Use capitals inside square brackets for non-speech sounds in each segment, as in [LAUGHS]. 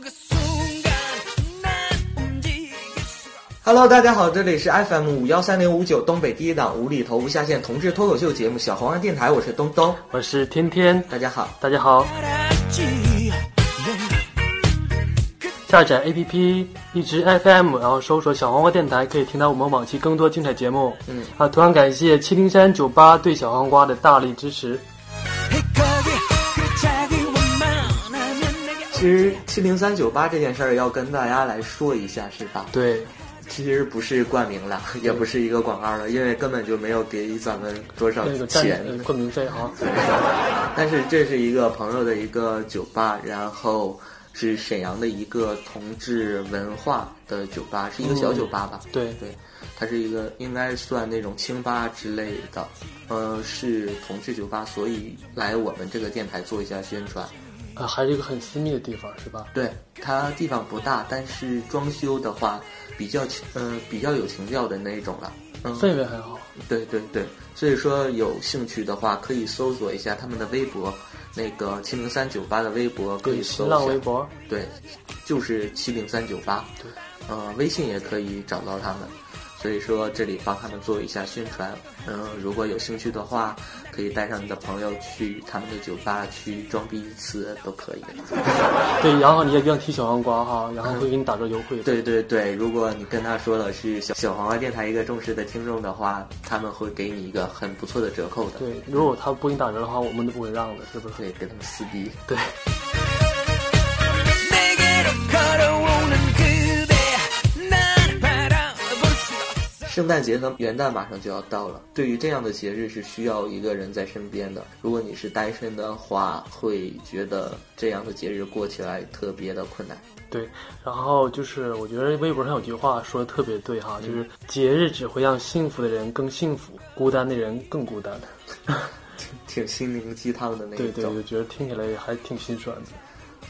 그 Hello，大家好，这里是 FM 五幺三零五九东北第一档无厘头无下限同志脱口秀节目小黄鸭电台，我是东东，我是天天，大家好。大家好。下载 APP 一直 FM，然后搜索小黄瓜电台，可以听到我们往期更多精彩节目。嗯啊，同样感谢七零三九八对小黄瓜的大力支持。그 其实七零三九八这件事儿要跟大家来说一下，是吧？对，其实不是冠名了，也不是一个广告了，因为根本就没有给咱们多少那个赞钱。呃冠名费啊，但是这是一个朋友的一个酒吧，然后是沈阳的一个同志文化的酒吧，是一个小酒吧吧？对，对，它是一个应该算那种清吧之类的，呃，是同志酒吧，所以来我们这个电台做一下宣传。啊，还是一个很私密的地方，是吧？对，它地方不大，但是装修的话比较情，呃，比较有情调的那一种了。嗯，氛围很好。对对对，所以说有兴趣的话可以搜索一下他们的微博，那个七零三九八的微博可以对，搜新一下。浪微博，对，就是七零三九八，对，呃，微信也可以找到他们，所以说这里帮他们做一下宣传。嗯、如果有兴趣的话，可以带上你的朋友去他们的酒吧去装逼一次都可以的。对，然后你也不要提小黄瓜哈，然后会给你打折优惠。，对对对，如果你跟他说了是小小黄瓜电台一个重视的听众的话，他们会给你一个很不错的折扣的。对，如果他不给你打折的话，我们都不会让的，是不是？对，跟他们撕逼。对，圣诞节和元旦马上就要到了，对于这样的节日是需要一个人在身边的。如果你是单身的话，会觉得这样的节日过起来特别的困难。对，然后就是我觉得微博上有句话说的特别对哈，就是嗯节日只会让幸福的人更幸福，孤单的人更孤单。挺心灵鸡汤的那一对种，对，我觉得听起来也还挺心酸的。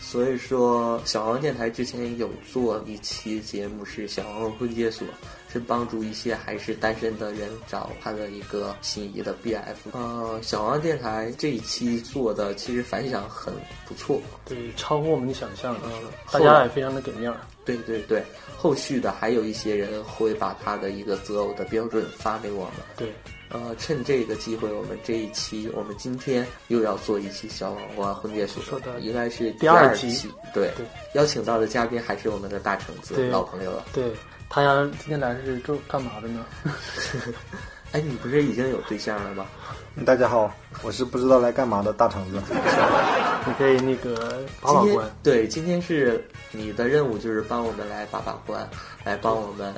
所以说小黄电台之前有做一期节目是小黄婚介所，是帮助一些还是单身的人找他的一个心仪的 BF。呃，小黄电台这一期做的其实反响很不错，对，超乎我们的想象，就是嗯大家也非常的给面儿。对对对，后续的还有一些人会把他的一个择偶的标准发给我们。对，呃，趁这个机会，我们这一期，我们今天又要做一期小网瓜婚介所，说的应该是第二二集对，对邀请到的嘉宾还是我们的大橙子对老朋 [LAUGHS] 友了。对他要今天来是做干嘛的呢？ [LAUGHS] 哎，你不是已经有对象了吗？大家好，我是不知道来干嘛的大橙子。你可以那个把把今天关。对，今天是你的任务，就是帮我们来把把关，来帮我们，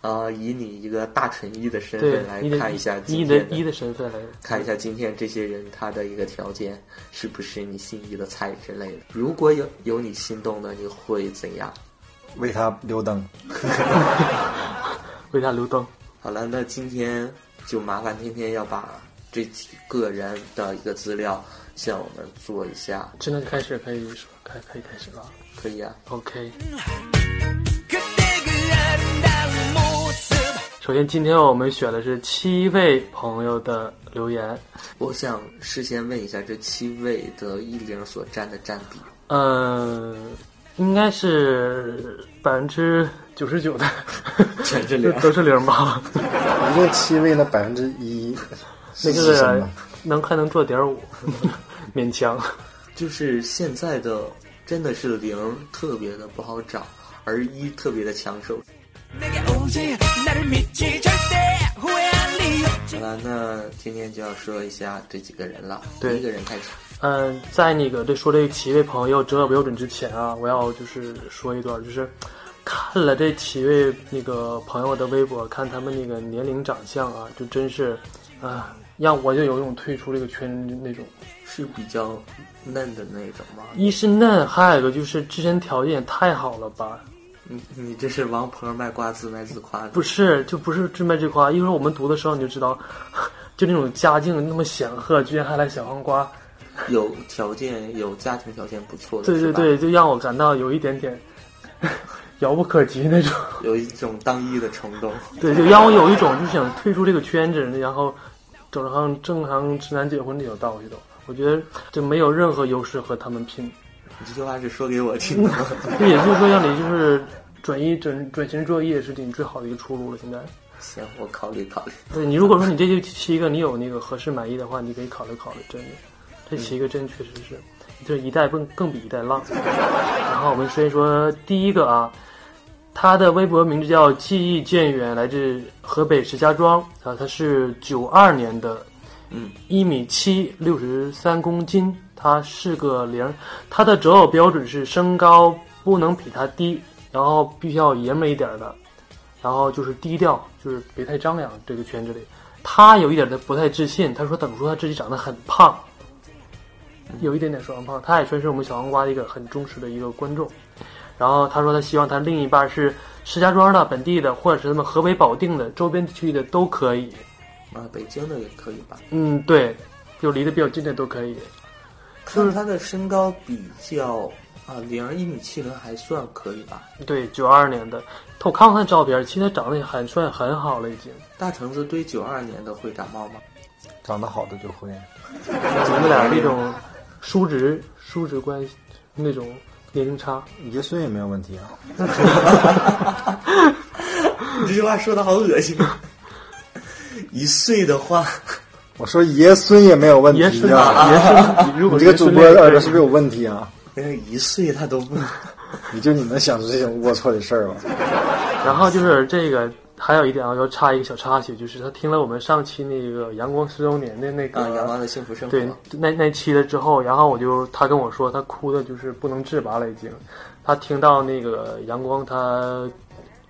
呃，以你一个大纯一的身对份来，你得看一下以今你的天一的身份来。看一下今天这些人他的一个条件是不是你心仪的菜之类的。如果有有你心动的，你会怎样？为他留灯，为他留灯。好了，那今天就麻烦天天要把这几个人的一个资料向我们做一下，真的开始可以说，开可以开始了。可以啊？ OK。首先，今天我们选的是七位朋友的留言。我想事先问一下这七位的一零所占的占比，嗯，应该是百分之九十九的全是零 [LAUGHS] 都是零 [LAUGHS] 吧。一共七位呢，百分之一那是这什个么？能还能做点五，勉强。就是现在的真的是零特别的不好找，而一特别的抢手。 절대 好了，那今天就要说一下这几个人了。对第一个人开始。嗯，在那个这说这七位朋友择偶标准之前啊，我要就是说一段，就是看了这七位那个朋友的微博，看他们那个年龄长相啊，就真是啊，让我就有一种退出这个圈那种。是比较嫩的那种吗？一是嫩，还有一个就是自身条件也太好了吧？你你这是王婆卖瓜自卖自夸的，不是，就不是自卖自夸，因为我们读的时候你就知道， [LAUGHS] 就那种家境那么显赫，居然还来小黄瓜，有条件有家庭条件不错的，对对是吧，对，就让我感到有一点点 [LAUGHS] 遥不可及那种。有一种当一的冲动。对，就让我有一种就是想退出这个圈子，然后走上正常直男结婚这条道去走。我觉得就没有任何优势和他们拼，你这句话是说给我听的吗？ [LAUGHS] 这也就是说让你就是转移转转型做业是你最好的一个出路了。现在，行，我考虑考虑。对你如果说你这七个你有那个合适满意的话，你可以考虑考虑，真的，这七个真确实是，就是一代更更比一代浪。然后我们先说第一个啊，他的微博名字叫记忆渐远，来自河北石家庄啊，他是九二年的，嗯，一米七，六十三公斤，他是个零，他的择偶标准是身高不能比他低，然后必须要爷们儿一点儿的，然后就是低调，就是别太张扬这个圈子里。他有一点儿的不太自信，他说等说他自己长得很胖，有一点点双胖，他也算是我们小黄瓜的一个很忠实的一个观众。然后他说他希望他另一半是石家庄的本地的，或者是他们河北保定的周边地区的都可以。啊，北京的也可以吧？嗯，对，就离得比较近的都可以。看他的身高比较啊，零一米七零还算可以吧？对，九二年的，我看过他的照片，其实他长得也还算很好了，已经。大橙子对九二年的会感冒吗？长得好的就会，你们俩那种叔侄叔侄关系那种年龄差，一个岁也没有问题啊。你这句话说的好恶心。啊 [LAUGHS] 一岁的话，我说爷孙也没有问题 [LAUGHS] 爷孙啊。爷孙，如你果这个爷主孙播恋耳朵是不是有问题啊？连一岁他都不能。啊你就你能想出这种龌龊的事儿啊吗？然后就是这个，还有一点啊，要插一个小插曲，就是他听了我们上期那个阳光十周年的那个、啊，阳光的幸福生活。对那那期了之后，然后我就他跟我说，他哭的就是不能自拔了，已经。他听到那个阳光她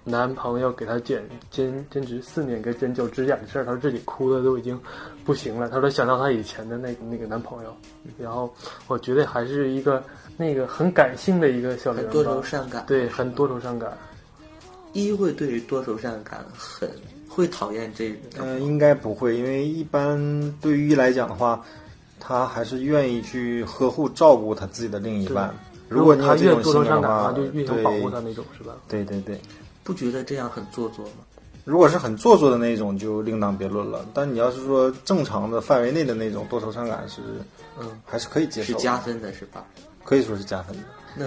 男朋友给她剪兼兼职四年给剪脚指甲的事儿，他自己哭的都已经不行了。他说想到她以前的那那个男朋友，然后我觉得还是一个那个很感性的一个小玲很多愁吧，善感。对，很多愁善感。一会对多愁善感很，会讨厌这种。嗯、应该不会，因为一般对于一来讲的话，他还是愿意去呵护照顾他自己的另一半。如果你他有这越种多心愁理善的感话，就越想对保护他那种，是吧？对对对，不觉得这样很做作吗？如果是很做作的那种，就另当别论了。但你要是说正常的范围内的那种多愁善感是，嗯，还是可以接是受的，加分的，是吧？可以说是加分的。那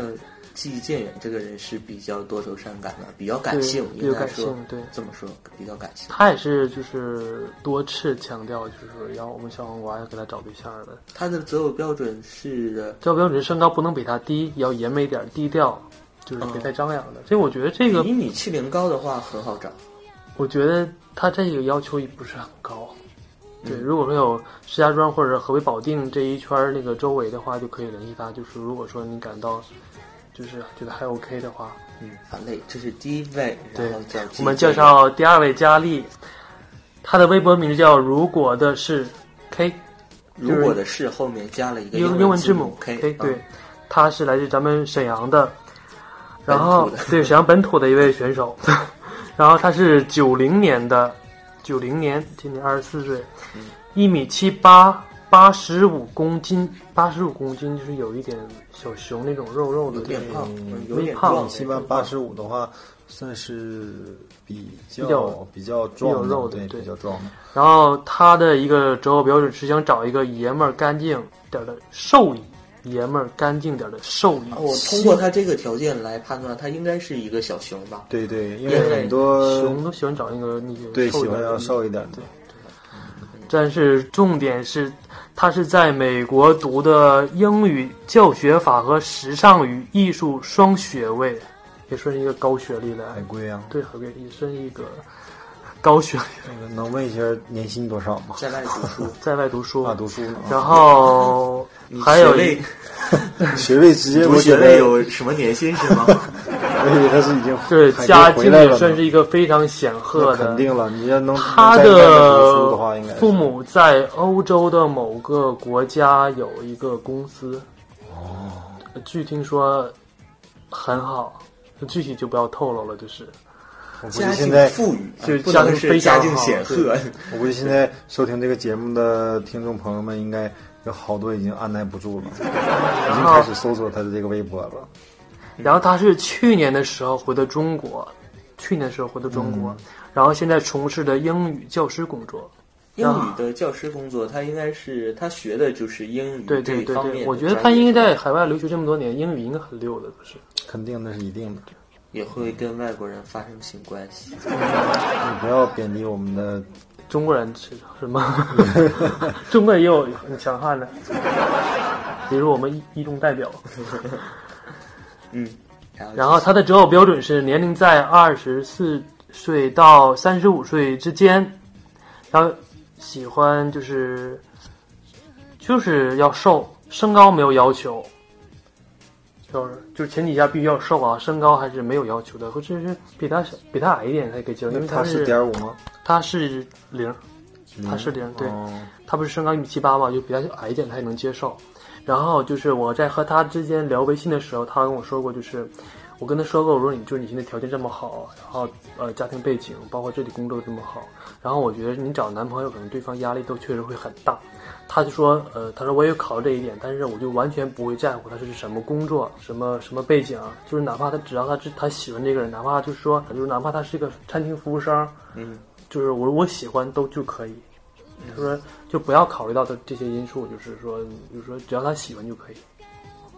季建远这个人是比较多愁善感的，比较感对性，比较应该感说性对这么说比较感性。他也是就是多次强调，就是要我们小黄瓜要给他找对象的。他的择偶标准是这标准身高不能比他低，也要爷们一点，低调，就是别太张扬的。所以我觉得这个一，米七零高的话很好找，我觉得他这个要求也不是很高。对，如果说有石家庄或者河北保定这一圈儿那个周围的话，就可以联系他。就是如果说你感到就是觉得还 OK 的话，嗯，好嘞，这是第一位，对然后叫季我们建远介绍第二位佳丽，她的微博名字叫“如果的是 K”。如果的是后面加了一个英英文字字母母 K， K，啊对，他是来自咱们沈阳的，然后本土的对沈阳本土的一位选手， [LAUGHS] 然后他是九零年的，九零年，今年二十四岁，嗯一米七八，八十五公斤，八十五公斤就是有一点小熊那种肉肉的有点那种胖，嗯有微点胖壮，七八八十五的话，算是比较比较比较比壮较肉的对，对比较壮的。然后他的一个择偶标准是想找一个爷们儿干净点儿的兽医，爷们儿干净点儿的兽医。我通过他这个条件来判断，他应该是一个小熊吧？对对，因因为为很多熊都喜欢找那个那个对瘦喜点欢儿要的嗯瘦一点的。但是重点是，他是在美国读的英语教学法和时尚与艺术双学位，也算是一个高学历了海。龟啊，对，海归也算一个高学历，那个能问一下年薪多少吗？在外读 [LAUGHS] 书，在外读书啊，。读书呢然后还有一学位啊， [LAUGHS] 学位直接读我学觉位得，有什么年薪是吗？我以为他是已经对海归家回境来也了算呢。是一个非常显那赫肯的。定了，你要能他能在外面读书的话，应该是父母在欧洲的某个国家有一个公司，哦，据听说很好，具体就不要透露了，就是我估计家现境在富裕，啊就不家能境是非家常境好显赫。我估计现在收听这个节目的听众朋友们，应该有好多已经按耐不 [LAUGHS] 住了，已经开始搜索他的这个微博了。然后他是去年的时候回的中国，去年的时候回的中嗯国，然后现在从事的英语教师工作，英语的教师工作，他应该是他学的就是英语对这对一对方面的专业。对，我觉得他应该在海外留学这么多年，英语应该很溜的，不是？肯定那是一定的。也会跟外国人发生性关系。你不要贬低我们的中国人吃是吗？ [LAUGHS] 中国人也有很强悍的，比如我们一一中代表。嗯，然后然后他的择偶标准是年龄在二十四岁到三十五岁之间，然后喜欢就是就是要瘦，身高没有要求，就是就是前提下必须要瘦啊，身高还是没有要求的，或者是比他小比他矮一点才可以接受，因为他是是点五吗？他是零，他是零，对，哦他不是身高一米七八嘛，就比他矮一点，他也能接受。然后就是我在和他之间聊微信的时候，他跟我说过，就是我跟他说过，我说你就是你现在条件这么好，然后呃家庭背景，包括这里工作这么好，然后我觉得你找男朋友可能对方压力都确实会很大。他就说，呃，他说我也考虑这一点，但是我就完全不会在乎他是什么工作、什么什么背景啊，就是哪怕他只要他他喜欢这个人，哪怕就是说，就是哪怕他是一个餐厅服务生，嗯，就是我我喜欢都就可以。他说就不要考虑到的这些因素，就是说，就是说只要他喜欢就可以。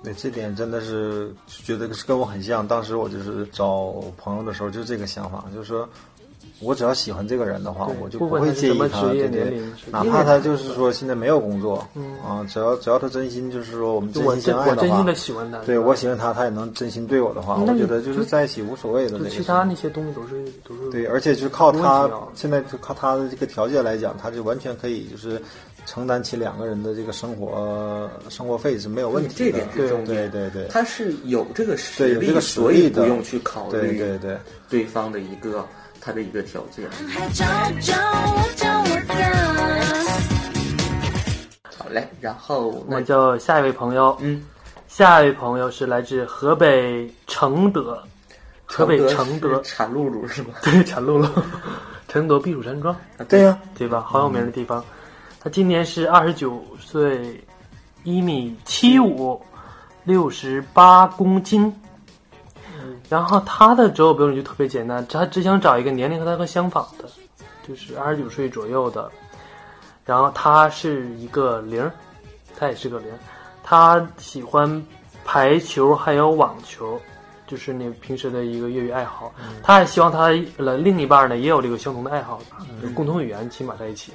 对，这点真的是觉得跟我很像。当时我就是找朋友的时候，就这个想法，就是说我只要喜欢这个人的话对，我就不不管会他是介什意么他，职业对对年龄是哪因怕为嗯他就是说现在没有工作，啊，只要只要他真心，就是说我们就真我心真相爱我的真话心，的喜欢他，对我喜欢他，他也能真心对我的话，那我你觉得就是就在一起无所谓的这就个其事他情。那些东西都是都是对，而且就靠没他问题啊现在就靠他的这个条件来讲，他就完全可以就是承担起两个人的这个生活生活费是没有问这题的。点是重对点。对对，他是有这个对实有力，这个实所以力的，不用去考对虑对对，对方的一个他的一个条件。还找找我找我的，好嘞，然后那那就下一位朋友，嗯，下一位朋友是来自河北承德，河北承德是，产露乳是啊吗？对， [LAUGHS] 产露露，承德避暑山庄，对呀、对吧？好有名的地方。他今年是二十九岁，一米七五，六十八公斤。然后他的择偶标准就特别简单，他只想找一个年龄和他相仿的，就是二十九岁左右的。然后他是一个零儿，他也是个零儿。他喜欢排球还有网球，就是你平时的一个业余爱好。嗯他也希望他的另一半呢也有这个相同的爱好，有共同语言，起码在一起。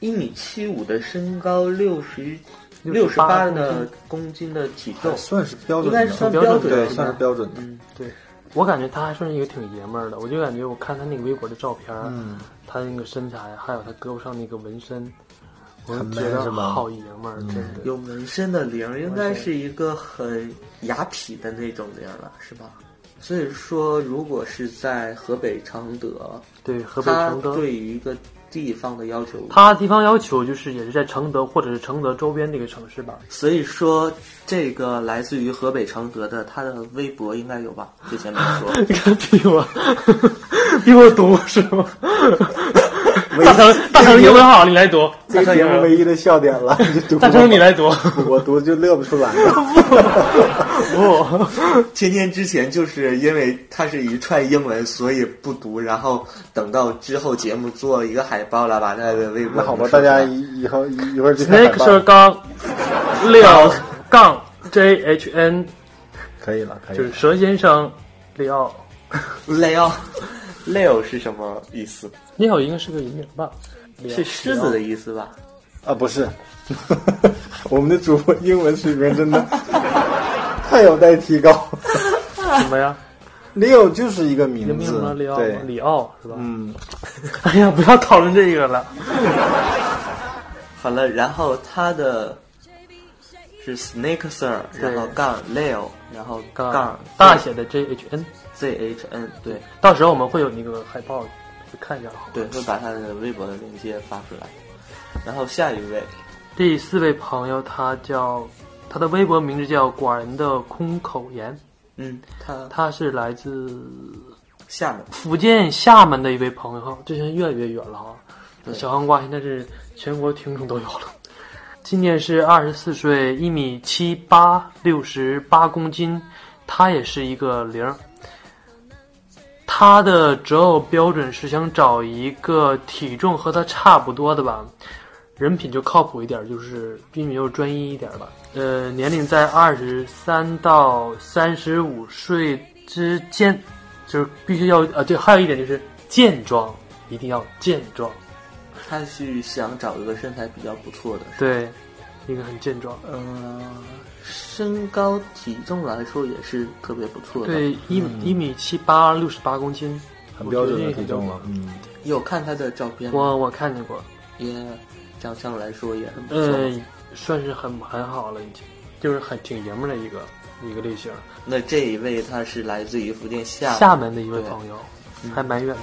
一米七五的身高，六十六十68八的公斤的体重还，算是标应准的，该算标标准准对，的算是吧标准的。嗯，对我感觉他还算是一个挺爷们儿的，我就感觉我看他那个微博的照片儿，嗯，他那个身材，还有他胳膊上那个纹身，我很就觉 man 是得吧嗯好爷们儿，真的。有纹身的零儿应该是一个很雅痞的那种零儿了，是吧？所以说，如果是在河北承德，对，河北他承德。对于一个地方的要求，他地方要求就是也是在承德或者是承德周边这个城市吧，所以说这个来自于河北承德的，他的微博应该有吧？之前没说，比我比我毒是吗？大成大成英文好，你来读。这个节目唯一的笑点了，你读大成你来读。我读就乐不出来了。不，天天之前就是因为它是一串英文，所以不读，然后等到之后节目做一个海报了，把他的微博那好吧 [LAUGHS] 说，出大来家以以后一会儿去看海 snake 是报。杠六杠 J H N 可以了，可以就是了。蛇先生里奥， Leo [LAUGHS] Leo 是什么意思？里奥应该是个人名吧？是狮子的意思吧？啊，不是， [LAUGHS] 我们的主播英文水 [LAUGHS] 平真的太有待提高。什么呀？ Leo 就是一个人名名字什么，里奥？对，里奥是吧？嗯，哎呀，不要讨论这个了。好了，然后他的是 Snake Sir，对然后杠 Leo，然后杠大写的 J H N。 ZHN，对到时候我们会有那个海报，去看一下。对，会把他的微博的链接发出来。然后下一位，第四位朋友，他叫他的微博名字叫“寡人的空口言嗯，”，他他是来自下面福建厦门的一位朋友，这现在越来越远了哈。对小黄瓜现在是全国听众都有了。今年是二十四岁，一米七八，六十八公斤，他也是一个零儿。他的择偶标准是想找一个体重和他差不多的吧，人品就靠谱一点，就是避免又专一一点吧。呃，年龄在二十三到三十五岁之间，就是必须要啊，对，还有一点就是健壮，一定要健壮，他是想找一个身材比较不错的。对，一个很健壮。呃嗯，身高体重来说也是特别不错的。，对，一米一米七八，六十八公斤，嗯很标准我觉的得体重了。嗯，有看他的照片吗，我我看见过，也长相来说也很不错。呃，算是很很好了，已经，就是很挺爷们儿的一个一个类型。那这一位他是来自于福建厦厦门的一位对朋友，还蛮远的。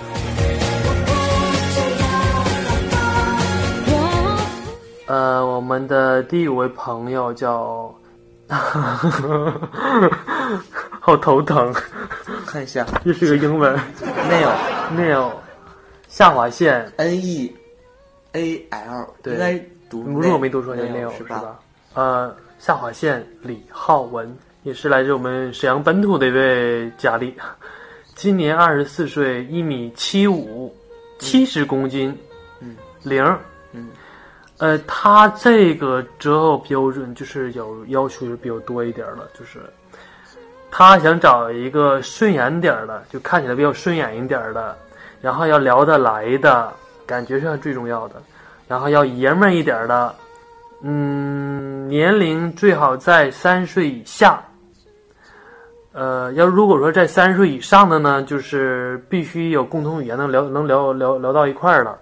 呃，我们的第五位朋友叫， [LAUGHS] 好头疼，看一下又是个英文，Neil ，Neil，下划线， N E A L，对应该读如果我没读错，应该 Neil Neil 是吧？？呃，下划线李浩文也是来自我们沈阳本土的一位佳丽，今年二十四岁，一米七五，七十公斤，嗯，零，嗯，呃，他这个择偶标准就是有要求是比较多一点儿了，就是他想找一个顺眼点儿的，就看起来比较顺眼一点儿的，然后要聊得来的，感觉上最重要的，然后要爷们儿一点儿的，嗯，年龄最好在三岁以下。呃，要如果说在三十岁以上的呢，就是必须有共同语言，能聊能聊聊聊到一块儿了。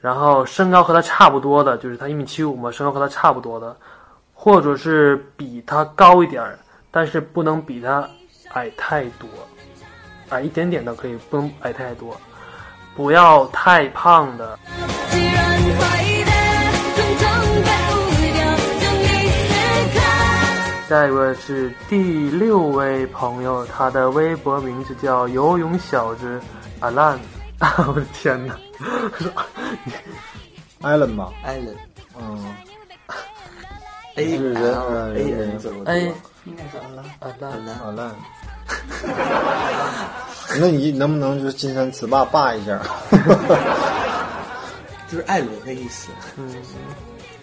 然后身高和他差不多的，就是他一米七五嘛，身高和他差不多的，或者是比他高一点儿，但是不能比他矮太多，矮一点点的可以，不能矮太多，不要太胖的，下一位是第六位朋友，他的微博名字叫游泳小子阿烂。 [LAUGHS] 我的天哪！艾伦吧， Allen 嗯， A 是 L 人 A 人 N 怎么读啊 A 应该是阿拉阿阿烂，好拉 [LAUGHS] 烂。那你能不能就是金山词霸霸一下？ [LAUGHS] 就是艾伦的意思。嗯，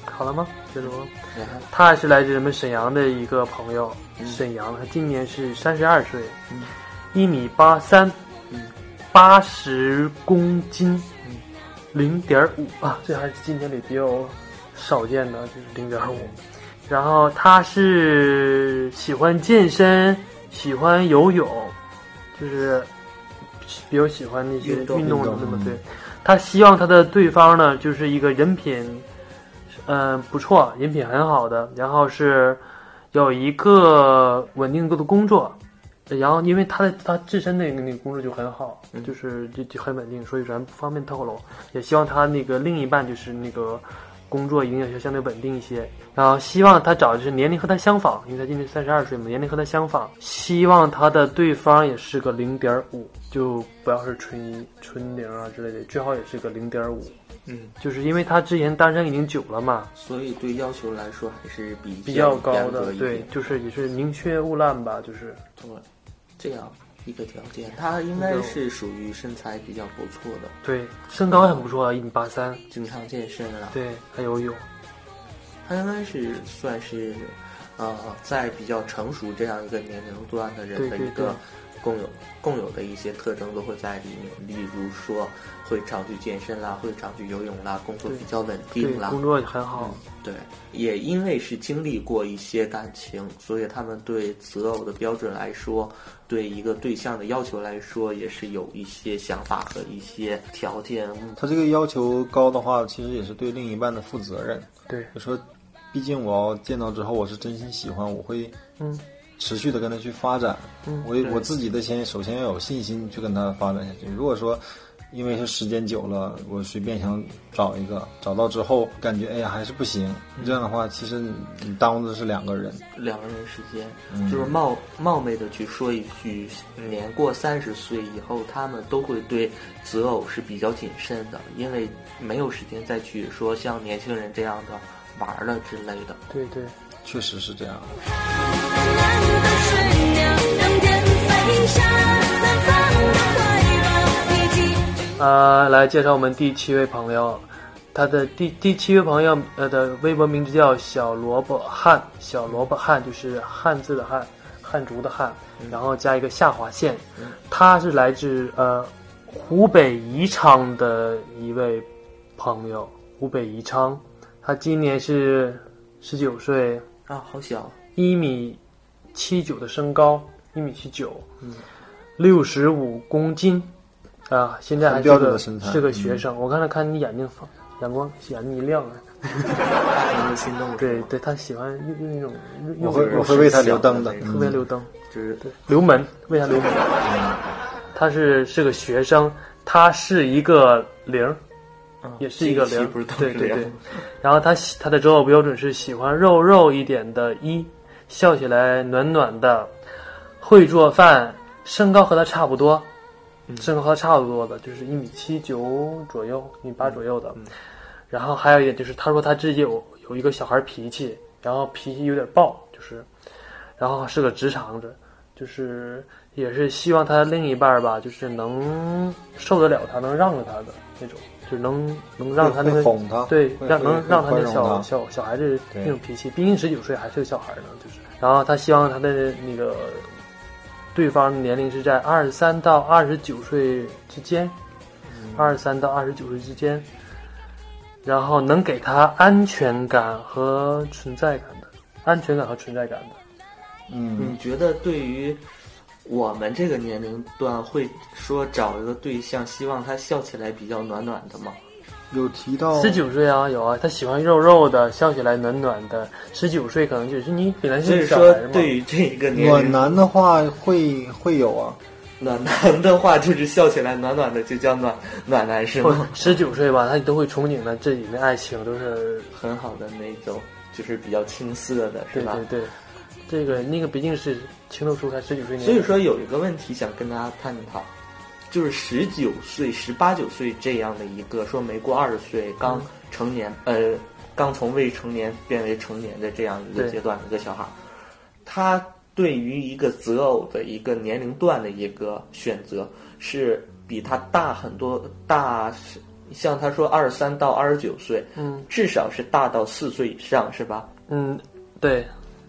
好了吗？结束了吗。然后他是来自我们沈阳的一个朋友，沈阳，他今年是三十二岁，一、米八三，八十公斤，零点五啊，这还是今天里比较少见的，就是零点五。然后他是喜欢健身，喜欢游泳，就是比较喜欢那些运动运动的嗯运那动么对。他希望他的对方呢，就是一个人品，嗯、不错，人品很好的，然后是有一个稳定的工作，然后因为他的他自身那个那个工作就很好，就是就就很稳定，所以咱不方便透露。也希望他那个另一半就是那个工作一定要相对稳定一些，然后希望他找的是年龄和他相仿，因为他今年三十二岁嘛，年龄和他相仿，希望他的对方也是个零点五，就不要是纯一、纯零啊之类的，最好也是个零点五。嗯，就是因为他之前单身已经久了嘛，所以对要求来说还是比比较高严格的，一对点，就是也是宁缺毋滥吧，就是对，这样一个条件，他应该是属于身材比较不错的，对，身高也很不错啊，一米八三，经常健身啊。对，还游泳，他应该是算是，呃，在比较成熟这样一个年龄段的人对的对一对个共有共有的一些特征都会在里面，例如说会常去健身啦，会常去游泳啦，工作对比较稳对定，啦，工作也很好，对，也因为是经历过一些感情，所以他们对择偶的标准来说，对一个对象的要求来说，也是有一些想法和一些条件。嗯他这个要求高的话，其实也是对另一半的负责任。对，就说，毕竟我要见到之后，我是真心喜欢，我会嗯持续的跟他去发展。嗯我我自己的先首先要有信心去跟他发展下去。如果说因为是时间久了，我随便想找一个，找到之后感觉哎呀还是不行，嗯这样的话其实你你耽误的是两个人。两个人时间，就是冒冒昧的去说一句，年过三十岁以后，他们都会对择偶是比较谨慎的，因为没有时间再去说像年轻人这样的玩儿了之类的。对对，确实是这样。呃，来介绍我们第七位朋友，他的第第七位朋友呃的微博名字叫小萝卜汉，小萝卜汉就是汉字的汉，汉族的汉，然后加一个下划线。他是来自呃湖北宜昌的一位朋友，湖北宜昌，他今年是十九岁，啊，好小，一米七九的身高，一米七九，嗯六十五公斤，啊，现在还很是标准个的身材嗯是个学生。我刚才看你眼睛放，眼光眼睛一亮啊，大城市心动了。对，对，他喜欢用用那种用用我会就是我会为他留想的灯的嗯那，特种别留灯。就是留门，为啥留门？他是是个学生，他是一个零儿，嗯也是一个这零期儿不是都，对是对零对。然后他喜他的择偶标准是喜欢肉肉一点的一，笑起来暖暖的，会做饭，身高和他差不多，身高和他差不多的，就是一米七九左右，一米八左右的。然后还有一点就是，他说他自己有有一个小孩脾气，然后脾气有点暴，就是，然后是个直肠子，就是也是希望他另一半儿吧，就是能受得了他，能让着他的那种，就是能能让他那会个哄他，对，会让会能会让他宽那容小他小小孩子对那种脾气，毕竟十九岁还是个小孩呢，就是。然后他希望他的那个对方年龄是在二十三到二十九岁之间，嗯二十三到二十九岁之间，然后能给他安全感和存在感的，安全感和存在感的。嗯，你觉得对于我们这个年龄段，会说找一个对象，希望他笑起来比较暖暖的吗？有提哦到十九岁啊，有啊，他喜欢肉肉的，笑起来暖暖的。十九岁可能就是你本来所是以个小说孩嘛，，对于这个年暖龄男的话会会有啊，暖男的话，就是笑起来暖暖的，就叫暖暖男是或吗？十九岁吧，他都会憧憬的自己的爱情都是很好的那种，就是比较青涩的，是对吧？对对，这个那个毕竟是情窦初开，十九岁年所龄，以说有一个问题想跟大家探讨，就是十九岁、十八九岁这样的一个说没过二十岁嗯刚成年，呃，刚从未成年变为成年的这样一个对阶段的一个小孩儿，他对于一个择偶的一个年龄段的一个选择是比他大很多大，像他说二十三到二十九岁，嗯至少是大到四岁以上，是吧？嗯，对，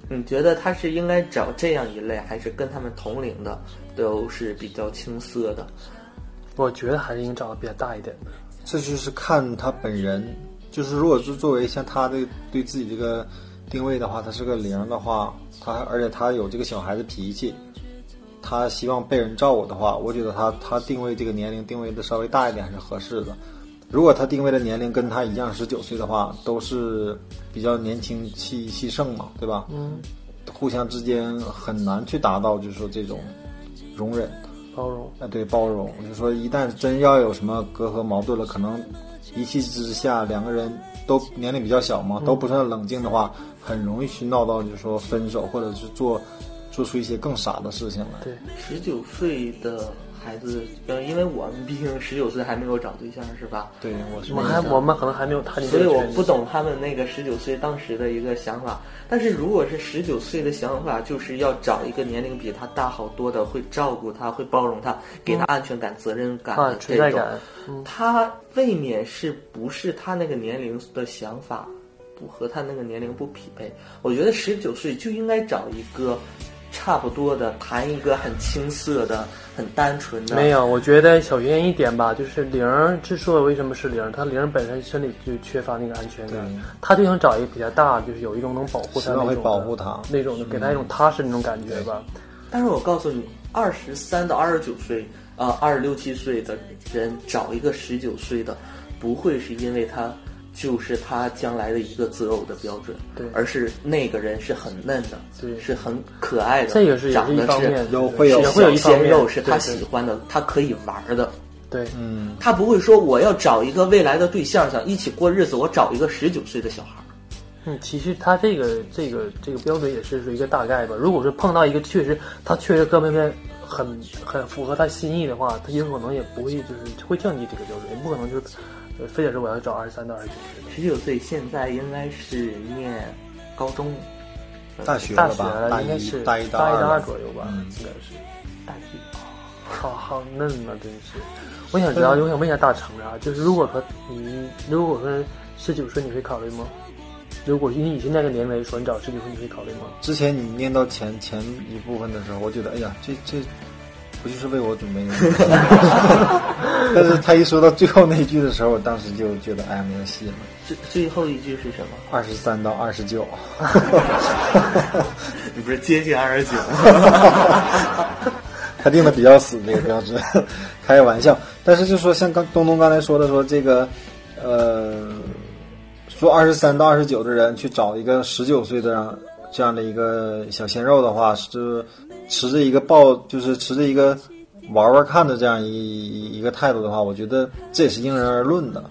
你觉得他是应该找这样一类，还是跟他们同龄的都是比较青涩的？我觉得还是应该找个比较大一点的。这就是看他本人，就是如果是作为像他的对自己这个定位的话，他是个零的话，他而且他有这个小孩子脾气，他希望被人照顾的话，我觉得他他定位这个年龄定位的稍微大一点还是合适的。如果他定位的年龄跟他一样十九岁的话，都是比较年轻气气盛嘛，对吧？嗯，互相之间很难去达到就是说这种容忍。包容，啊，对包容，我就说一旦真要有什么隔阂矛盾了，可能一气之下两个人都年龄比较小嘛，都不算冷静的话，很容易去闹到就是说分手，或者是做做出一些更傻的事情来。对，十九岁的孩子，呃，因为我们毕竟十九岁还没有找对象，是吧？对，我是我们还我们可能还没有谈所以我不懂他们那个十九岁当时的一个想法。但是如果是十九岁的想法，就是要找一个年龄比他大好多的，会照顾他，会包容他，给他安全感、责任感嗯啊的存在这种。感，嗯，他未免是不是他那个年龄的想法不和他那个年龄不匹配？我觉得十九岁就应该找一个差不多的，谈一个很青涩的、很单纯的。没，有，我觉得小圆一点吧，就是零儿之所以为什么是零儿，他零儿本身身体就缺乏那个安全感对，他就想找一个比较大，就是有一种能保护他希那望种会的保护他那种的，嗯给他一种踏实那种感觉吧。但是我告诉你，二十三到二十九岁，呃，二十六七岁的人找一个十九岁的，不会是因为他。就是他将来的一个择偶的标准，对而是那个人是很嫩的，对是很可爱的，这个是也长是一得方面，有对会有也小会有一方鲜面肉是他对对喜欢的，他可以玩儿的。对，嗯，他不会说我要找一个未来的对象，想一起过日子，我找一个十九岁的小孩儿。嗯，其实他这个这个这个标准也是一个大概吧。如果是碰到一个确实他确实各方面很很符合他心意的话，他有可能也不会就是会降低这个标准，也不可能就是呃非得说我要找二十三到二十九岁十九岁现在应该是念高中、大学的大了学吧，了，大应该一是大一一大二二了左右吧，嗯应该是。大一。好好嫩呐，真是。我想知道，嗯我想问一下大成啊，就是如果说你如果说十九岁，你会考虑吗？如果以你现在的年龄说，你找实习生，你会考虑吗？之前你念到前前一部分的时候，我觉得哎呀，这这不就是为我准备的吗？ [LAUGHS] 但是他一说到最后那一句的时候，我当时就觉得哎呀，没有戏了。最最后一句是什么？二十三到二十九， [LAUGHS] 你不是接近二十九？他定的比较死这个标志， [LAUGHS] 开个玩笑。但是就说像刚东东刚才说的说这个，呃，说二十三到二十九的人去找一个十九岁的让这样的一个小鲜肉的话，是持着一个抱，就是持着一个玩玩看的这样一一一个态度的话，我觉得这也是因人而论的。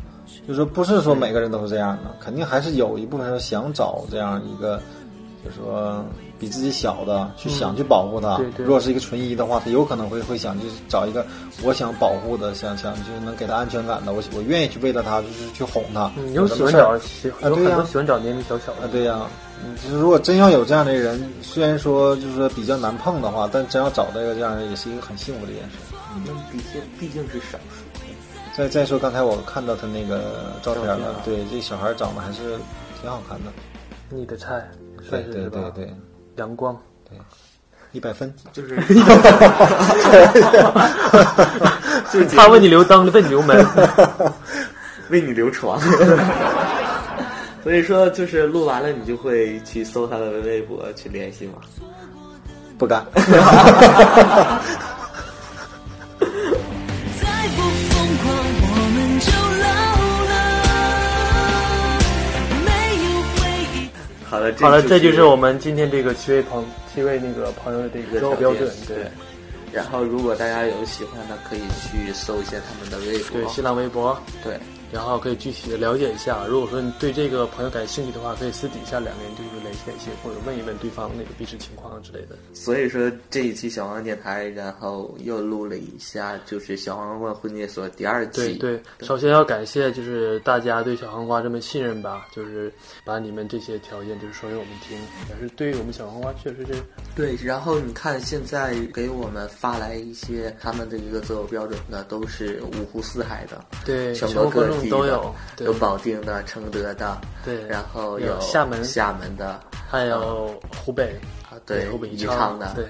就是说不是说每个人都是这样的，肯定还是有一部分人想找这样一个，就是说比自己小的去嗯想去保护他。对对如果是一个纯一的话，他有可能会会想去找一个我想保护的，想想就是能给他安全感的，我我愿意去为了他就是去哄他。嗯，有有什喜么欢事儿找喜啊有很对呀多喜欢找年龄小小啊的，，对呀、嗯就是如果真要有这样的人，虽然说就是说比较难碰的话，但真要找到一个这样的人，也是一个很幸福的一件事。嗯那 [LAUGHS] 毕竟毕竟是少数，再再说，刚才我看到他那个照片照片啊了，对，这小孩长得还是挺好看的，你的菜对算是对是吧对对，阳光，一百分。 [LAUGHS] 就是 [LAUGHS] 就是他为你留裆，为你留门，为你留床。 [LAUGHS] 所以说，就是录完了，你就会去搜他的微博去联系嘛。不敢。再不疯狂，我们就老了，没有回忆。好了，这好了，这就就是我们今天这个七位朋七位那个朋友的这一个个择偶条标件准，对。然后，如果大家有喜欢的，可以去搜一下他们的微博。对，新浪微博，对然后可以具体的了解一下。如果说你对这个朋友感兴趣的话，可以私底下两个人就是联系联系，或者问一问对方那个彼此情况啊之类的。所以说这一期小王电台，然后又录了一下，就是小王问婚介所第二对期。对，首先要感谢就是大家对小黄瓜这么信任吧，就是把你们这些条件就是说给我们听，但是对于我们小黄瓜确实是对，然后你看现在给我们发来一些他们的一个择偶标准的，都是五湖四海的，对全全国国各各地地的都有，对有保定的、承德的，对然后有有厦门厦门的，还有湖北啊对湖北宜昌昌的对。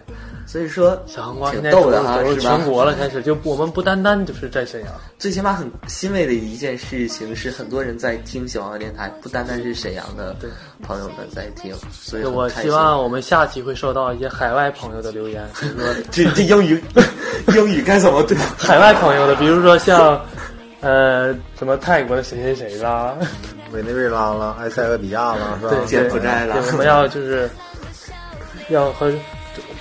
所以说小黄瓜挺现在逗走的哈，走是吧全？国了，开始就我们不单单就是在沈阳，最起码很欣慰的一件事情是，很多人在听小王电台，不单单是沈阳的对朋友们在听，所以对我很开希心。望我们下期会收到一些海外朋友的留言，比如说这这英语， [LAUGHS] 英语该怎么对？啊海外朋友的，比如说像，呃，什么泰国的谁谁谁啦，委内瑞拉了，埃塞俄比亚了，是吧？对柬埔寨啦对，我们要就是要和中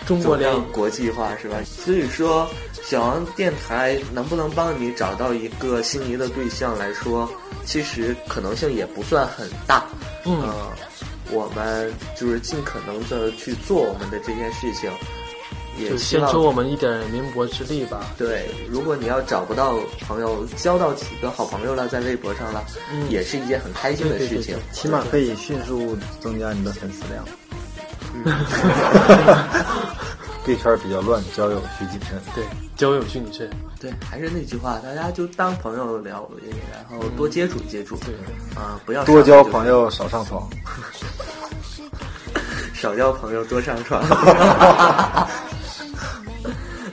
中怎国么联样国际化是吧？所以说，小王电台能不能帮你找到一个心仪的对象来说，其实可能性也不算很大。嗯呃我们就是尽可能的去做我们的这件事情，也就希献望出我们一点民国之力吧。对，如果你要找不到朋友，交到几个好朋友了，在微博上了，嗯也是一件很开心的事情。起码可以迅速增加你的粉丝量。gay 圈比较乱，交友需谨慎。对，交友去你去，对还是那句话，大家就当朋友聊，然后多接触接触。嗯对啊、不要多上来交就朋友，少上床。少交朋友，多上 [LAUGHS] 床。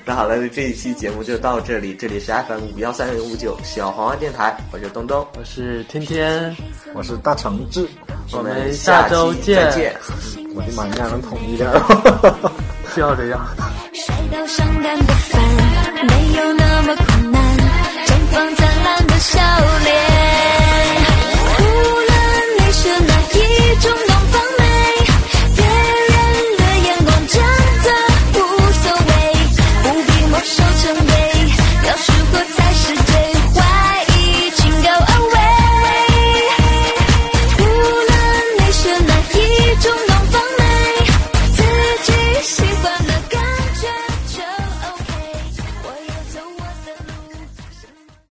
那好了，这一期节目就到这里，这里是 FM 五幺三零五九小黄瓜电台，我是东东，我是天天，我是大橙子，我们们下下周期再见见。我的妈，你俩能统一点儿？就要这样。晒到伤感的烦，没有那么困难。